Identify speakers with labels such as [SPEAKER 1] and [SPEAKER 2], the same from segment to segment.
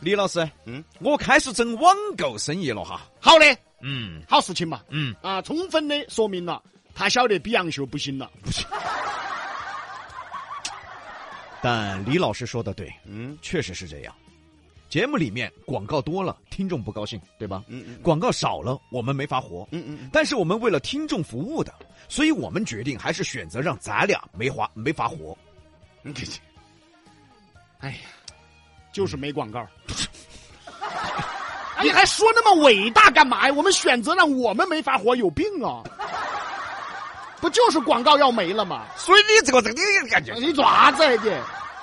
[SPEAKER 1] 李老师，
[SPEAKER 2] 嗯，
[SPEAKER 1] 我开始整网购生意了哈。
[SPEAKER 2] 好的，
[SPEAKER 1] 嗯
[SPEAKER 2] 好事情嘛，
[SPEAKER 1] 嗯，
[SPEAKER 2] 啊，充分的说明了他晓得比杨秀不行了。
[SPEAKER 1] 但李老师说的对，
[SPEAKER 2] 嗯
[SPEAKER 1] 确实是这样。节目里面广告多了，听众不高兴，对吧？
[SPEAKER 2] 嗯嗯
[SPEAKER 1] 广告少了，我们没法活。
[SPEAKER 2] 嗯嗯，
[SPEAKER 1] 但是我们为了听众服务的，所以我们决定还是选择让咱俩没法没法活。
[SPEAKER 2] 你看这，哎呀，就是没广告。 哎，你还说那么伟大干嘛呀？我们选择让我们没法活，有病啊！不就是广告要没了吗？
[SPEAKER 1] 所以你这个这个你感觉
[SPEAKER 2] 你爪子你？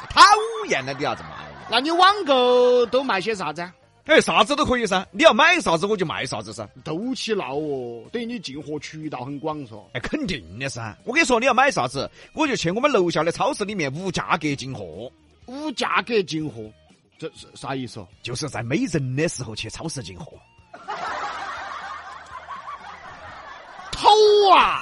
[SPEAKER 1] 讨厌了，你要子嘛？
[SPEAKER 2] 那你网购都卖些啥子啊？
[SPEAKER 1] 哎，啥子都可以噻，你要买啥子我就卖啥子噻。
[SPEAKER 2] 都起闹哦，等于你进货渠道很广嗦。
[SPEAKER 1] 哎，肯定的噻。我跟你说，你要买啥子，我就去我们楼下的超市里面无价格进货，
[SPEAKER 2] 无价格进货，这是啥意思哦？
[SPEAKER 1] 就是在没人的时候去超市进货。
[SPEAKER 2] 偷啊！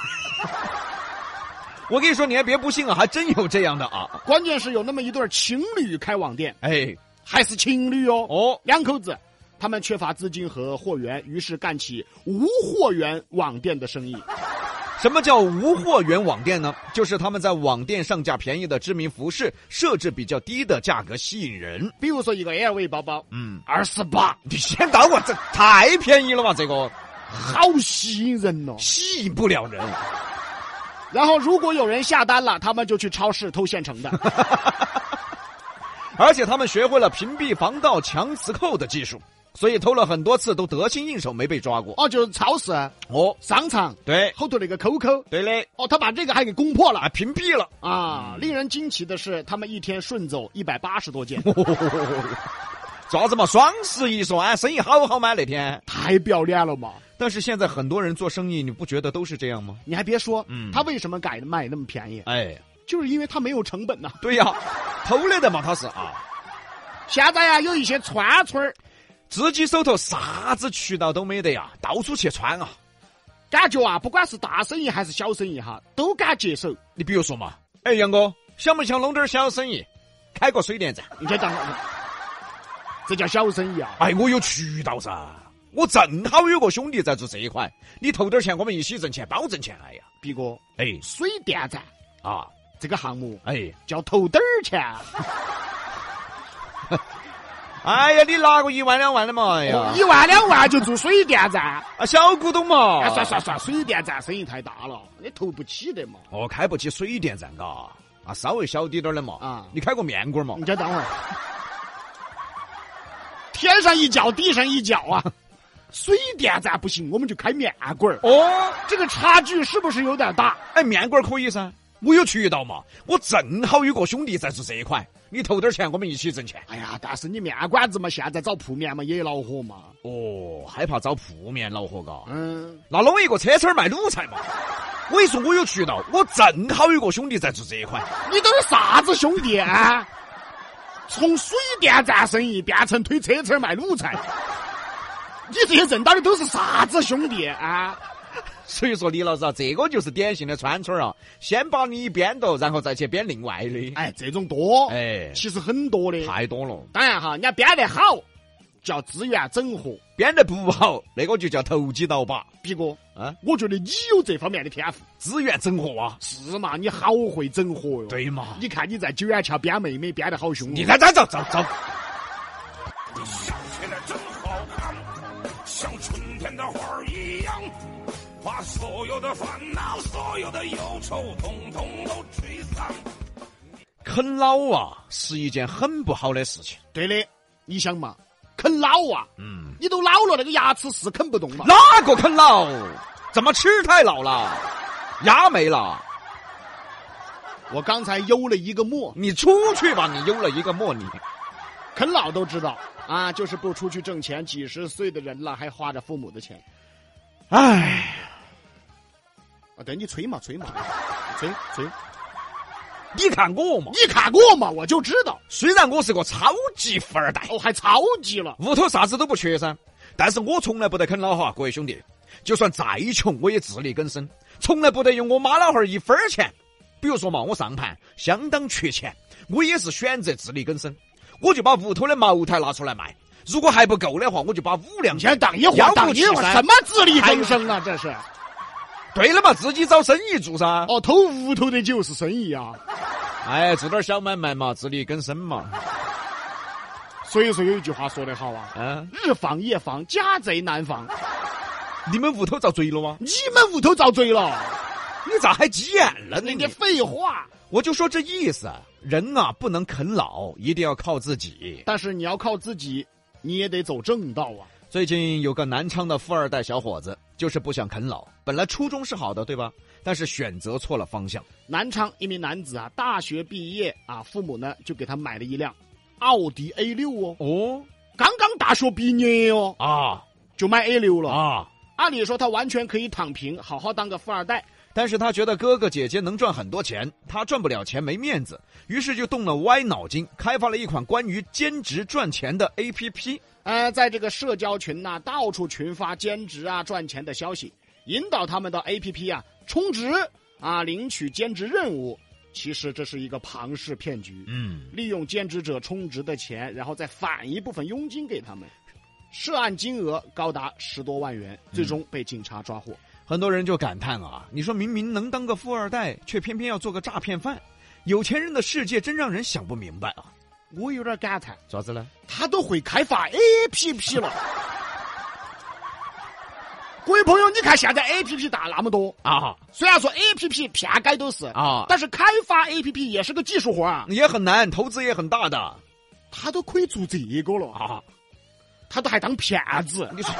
[SPEAKER 1] 我跟你说，你还别不信啊，还真有这样的啊。
[SPEAKER 2] 关键是有那么一对情侣开网店，
[SPEAKER 1] 哎，
[SPEAKER 2] 还是情侣哦，
[SPEAKER 1] 哦，
[SPEAKER 2] 两口子，他们缺乏资金和货源，于是干起无货源网店的生意。
[SPEAKER 1] 嗯什么叫无货源网店呢？就是他们在网店上架便宜的知名服饰，设置比较低的价格吸引人。
[SPEAKER 2] 比如说一个 LV 包包，
[SPEAKER 1] 嗯，
[SPEAKER 2] 二十八，
[SPEAKER 1] 你先打我，这太便宜了吧？这个
[SPEAKER 2] 好吸引人哦。
[SPEAKER 1] 吸引不了人。
[SPEAKER 2] 然后如果有人下单了，他们就去超市偷现成的。
[SPEAKER 1] 而且他们学会了屏蔽防盗、强磁扣的技术，所以偷了很多次都得心应手，没被抓过。
[SPEAKER 2] 哦，就是超市、
[SPEAKER 1] 哦，
[SPEAKER 2] 商场
[SPEAKER 1] 对，
[SPEAKER 2] 后头那个 QQ，
[SPEAKER 1] 对嘞，
[SPEAKER 2] 哦，他把这个还给攻破了
[SPEAKER 1] 啊，屏蔽了。
[SPEAKER 2] 啊！令人惊奇的是，他们一天顺走一百八十 多件，
[SPEAKER 1] 抓子嘛，双十一说，哎，生意好好嘛那天。
[SPEAKER 2] 太不要脸了嘛！
[SPEAKER 1] 但是现在很多人做生意，你不觉得都是这样吗？
[SPEAKER 2] 你还别说，
[SPEAKER 1] 嗯
[SPEAKER 2] 他为什么改卖那么便宜？
[SPEAKER 1] 哎，
[SPEAKER 2] 就是因为他没有成本呐、
[SPEAKER 1] 对呀、偷来的嘛，他是啊。
[SPEAKER 2] 现在啊呀，有一些川村儿，
[SPEAKER 1] 自己手头啥子渠道都没得呀，到处去穿啊！
[SPEAKER 2] 感觉啊，不管是大生意还是小生意哈，都敢接手。
[SPEAKER 1] 你比如说嘛，哎，杨哥，想不想弄点儿小生意，开个水电站？
[SPEAKER 2] 你先等会儿，这叫小生意啊！
[SPEAKER 1] 哎，我有渠道噻，我正好有个兄弟在做这一块，你投点儿钱，我们一起挣钱，包挣钱。哎呀，
[SPEAKER 2] 毕哥，
[SPEAKER 1] 哎
[SPEAKER 2] 水电站
[SPEAKER 1] 啊，
[SPEAKER 2] 这个项目
[SPEAKER 1] 哎，
[SPEAKER 2] 叫投点儿啊钱，
[SPEAKER 1] 哎呀，你拿个一万两万的嘛，哎呀
[SPEAKER 2] 一，万两万就做水电站，
[SPEAKER 1] 啊，小股东嘛，
[SPEAKER 2] 哎，算算算，水电站生意太大了，你投不起的嘛。
[SPEAKER 1] 哦，开不起水电站嘎，啊，稍微小滴点儿的嘛，
[SPEAKER 2] 啊
[SPEAKER 1] 你开个面馆儿嘛
[SPEAKER 2] 你，先等会儿，天上一脚，地上一脚 啊！水电站不行，我们就开面馆儿，
[SPEAKER 1] 哦，
[SPEAKER 2] 这个差距是不是有点大？
[SPEAKER 1] 哎，面馆儿可以噻，我有渠道嘛，我正好有个兄弟在做这一块，你投点儿钱，我们一起挣钱。
[SPEAKER 2] 哎呀，但是你面馆子嘛，现在找铺面嘛也恼火嘛。
[SPEAKER 1] 哦，害怕找铺面恼火嘎，
[SPEAKER 2] 嗯，
[SPEAKER 1] 那弄一个车车儿卖卤菜嘛。我跟你说，我有渠道，我正好有个兄弟在做这一块，
[SPEAKER 2] 你都是啥子兄弟啊？ 从水电站生意变成推车车卖卤菜，你这些认到的都是啥子兄弟啊？
[SPEAKER 1] 所以说李老师啊，这个就是典型的川村儿啊，先把你编到，然后再去编另外的，
[SPEAKER 2] 哎，这种多，
[SPEAKER 1] 嗯哎，
[SPEAKER 2] 其实很多的。
[SPEAKER 1] 太多了，
[SPEAKER 2] 当然哈，人家编得好叫资源整合。
[SPEAKER 1] 编得不好，那个就叫投机倒把
[SPEAKER 2] 毕哥，
[SPEAKER 1] 啊，
[SPEAKER 2] 我觉得你有这方面的天赋。
[SPEAKER 1] 资源整合啊，
[SPEAKER 2] 是嘛？你好会整合哟。，
[SPEAKER 1] 对嘛？
[SPEAKER 2] 你看你在九眼桥编妹妹编得好凶哦。
[SPEAKER 1] 你看，走走走走，
[SPEAKER 3] 笑起来真好看，像春天的花儿一样，把所有的烦恼、所有的忧愁，统统都吹散。
[SPEAKER 1] 啃老啊是一件很不好的事情。
[SPEAKER 2] 对的，你想嘛，啃老啊，
[SPEAKER 1] 嗯，
[SPEAKER 2] 你都老了，那个牙齿是啃不动嘛。
[SPEAKER 1] 哪个啃老？怎么吃太老了？牙没了？
[SPEAKER 2] 我刚才悠了一个墨，
[SPEAKER 1] 你出去吧！你悠了一个墨你。
[SPEAKER 2] 啃老都知道啊，就是不出去挣钱，几十岁的人了还花着父母的钱
[SPEAKER 1] 唉，
[SPEAKER 2] 啊。对，你吹嘛吹嘛，吹吹，
[SPEAKER 1] 你看我嘛，
[SPEAKER 2] 你看我嘛，我就知道
[SPEAKER 1] 虽然我是个超级富二代，
[SPEAKER 2] 哦，还超级了。
[SPEAKER 1] 屋头啥子都不缺噻，但是我从来不得啃老哈，各位兄弟，就算再穷我也自力更生，从来不得用我妈老汉儿一分儿钱。比如说嘛，我上盘相当缺钱，我也是选择自力更生，我就把屋头的茅台拿出来卖，如果还不够的话，我就把五粮
[SPEAKER 2] 你
[SPEAKER 1] 液
[SPEAKER 2] 先等一会
[SPEAKER 1] 幺
[SPEAKER 2] 儿，
[SPEAKER 1] 五
[SPEAKER 2] 等一
[SPEAKER 1] 七
[SPEAKER 2] 会儿，
[SPEAKER 1] 三
[SPEAKER 2] 什么自力更生啊？这是
[SPEAKER 1] 对了嘛，自己找生意做噻。
[SPEAKER 2] 哦，偷屋头的就是生意啊。
[SPEAKER 1] 哎，做点小买卖嘛，自力更生嘛。
[SPEAKER 2] 所以说有一句话说得好啊，
[SPEAKER 1] 嗯，
[SPEAKER 2] 日防夜防，家贼难防。
[SPEAKER 1] 你们屋头遭贼了吗？
[SPEAKER 2] 你们屋头遭罪了，
[SPEAKER 1] 你咋还急眼了呢？
[SPEAKER 2] 你
[SPEAKER 1] 你
[SPEAKER 2] 的废话。
[SPEAKER 1] 我就说这意思，人啊不能啃老，一定要靠自己。
[SPEAKER 2] 但是你要靠自己，你也得走正道啊。
[SPEAKER 1] 最近有个南昌的富二代小伙子，就是不想啃老，本来初衷是好的，对吧？但是选择错了方向。
[SPEAKER 2] 南昌一名男子啊，大学毕业啊，父母呢就给他买了一辆奥迪 A 六哦，
[SPEAKER 1] 哦
[SPEAKER 2] 刚刚大学毕业哦，
[SPEAKER 1] 啊
[SPEAKER 2] 就买 A 六了。
[SPEAKER 1] 啊！
[SPEAKER 2] 按理说他完全可以躺平，好好当个富二代。
[SPEAKER 1] 但是他觉得哥哥姐姐能赚很多钱，他赚不了钱没面子，于是就动了歪脑筋，开发了一款关于兼职赚钱的 APP。
[SPEAKER 2] 呃，在这个社交群呐、到处群发兼职啊赚钱的消息，引导他们到 APP 啊充值啊领取兼职任务。其实这是一个庞氏骗局，
[SPEAKER 1] 嗯，
[SPEAKER 2] 利用兼职者充值的钱，然后再返一部分佣金给他们。涉案金额高达十多万元，最终被警察抓获。
[SPEAKER 1] 很多人就感叹啊，你说明明能当个富二代，却偏偏要做个诈骗犯，有钱人的世界真让人想不明白啊！
[SPEAKER 2] 我有点感叹，
[SPEAKER 1] 咋子呢？
[SPEAKER 2] 他都会开发 APP 了。 各位朋友，你看现在 APP 打那么多，
[SPEAKER 1] 啊
[SPEAKER 2] 虽然说 A P P 骗改都是啊，
[SPEAKER 1] 啊，
[SPEAKER 2] 但是开发 A P P 也是个技术活啊。
[SPEAKER 1] 也很难，投资也很大的
[SPEAKER 2] 他都可以做这个了，
[SPEAKER 1] 啊。
[SPEAKER 2] 他都还当骗子。
[SPEAKER 1] 你说，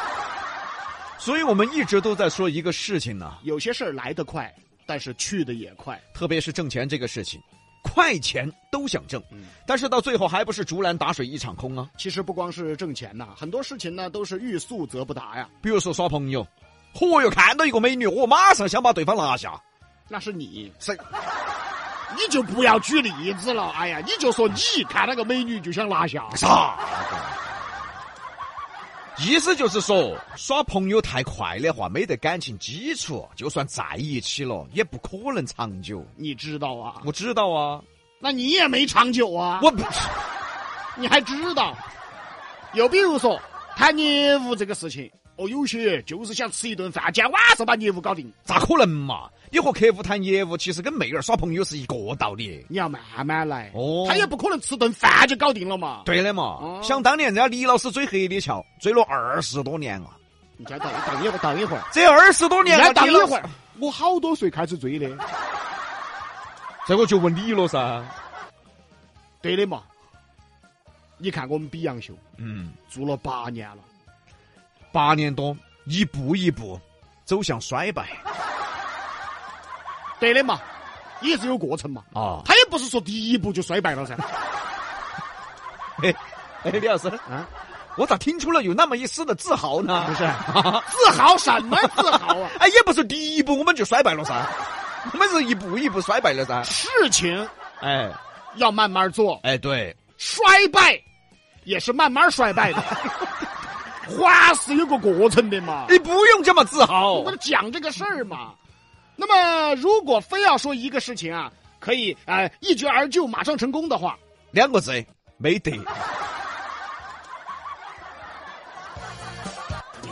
[SPEAKER 1] 所以我们一直都在说一个事情呢，
[SPEAKER 2] 有些事儿来得快，但是去得也快。
[SPEAKER 1] 特别是挣钱这个事情，快钱都想挣
[SPEAKER 2] 嗯，
[SPEAKER 1] 但是到最后还不是竹篮打水一场空啊。
[SPEAKER 2] 其实不光是挣钱呐、很多事情呢都是欲速则不达呀。
[SPEAKER 1] 比如说耍朋友，嚯哟，看到一个美女，我马上想把对方拿下。
[SPEAKER 2] 那是你，
[SPEAKER 1] 谁？
[SPEAKER 2] 你就不要举例子了。哎呀，你就说你看那个美女就想拿下，
[SPEAKER 1] 啥？意思就是说，耍朋友太快的话，没得感情基础，就算在一起了，也不可能长久。
[SPEAKER 2] 你知道啊？
[SPEAKER 1] 我知道啊，
[SPEAKER 2] 那你也没长久啊。
[SPEAKER 1] 我不
[SPEAKER 2] 你还知道？又比如说谈业务这个事情，哦，有些就是想吃一顿饭，今天晚上把业务搞定。
[SPEAKER 1] 咋可能嘛？你和客户谈业务，其实跟妹儿耍朋友是一个道理。
[SPEAKER 2] 你要慢慢来，
[SPEAKER 1] 哦
[SPEAKER 2] 他也不可能吃顿饭就搞定了嘛。
[SPEAKER 1] 对的嘛，
[SPEAKER 2] 哦
[SPEAKER 1] 想当年人家李老师追黑的桥，追了二十多年啊！
[SPEAKER 2] 你先等等一会儿，等一会儿，
[SPEAKER 1] 这二十多
[SPEAKER 2] 你
[SPEAKER 1] 年啊，
[SPEAKER 2] 先等
[SPEAKER 1] 李
[SPEAKER 2] 一
[SPEAKER 1] 老师
[SPEAKER 2] 会儿，。我好多岁开始追的？
[SPEAKER 1] 这我就问你了噻。
[SPEAKER 2] 对的嘛。你看我们比洋秀
[SPEAKER 1] 嗯，
[SPEAKER 2] 做了八年了，
[SPEAKER 1] 八年多，一步一步走向衰败
[SPEAKER 2] 对的嘛，也是有过程嘛。
[SPEAKER 1] 啊！
[SPEAKER 2] 他也不是说第一步就衰败了噻。
[SPEAKER 1] 哎，哎，李老师，
[SPEAKER 2] 啊，
[SPEAKER 1] 我咋听出了有那么一丝的自豪
[SPEAKER 2] 不
[SPEAKER 1] 呢？
[SPEAKER 2] 是，啊 自豪什么自豪 啊？
[SPEAKER 1] 哎，也不是第一步我们就衰败了噻，我们是一步一步衰败了噻。
[SPEAKER 2] 事情
[SPEAKER 1] 哎
[SPEAKER 2] 要慢慢做，
[SPEAKER 1] 哎，对，
[SPEAKER 2] 衰败也是慢慢衰 败的，花是有个过程的嘛。
[SPEAKER 1] 你不用这么自豪
[SPEAKER 2] 我。讲这个事儿嘛。那么，如果非要说一个事情啊，可以呃一蹴而就，马上成功的话，
[SPEAKER 1] 两个字，没得。
[SPEAKER 3] 你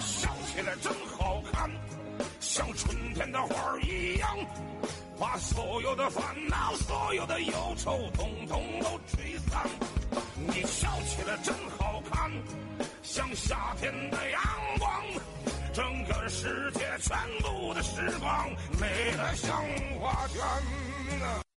[SPEAKER 3] 笑起来真好看，像春天的花儿一样，把所有的烦恼、所有的忧愁，统统都吹散。你笑起来真好看，像夏天的阳光，整个世界全部的时光美得像画卷啊。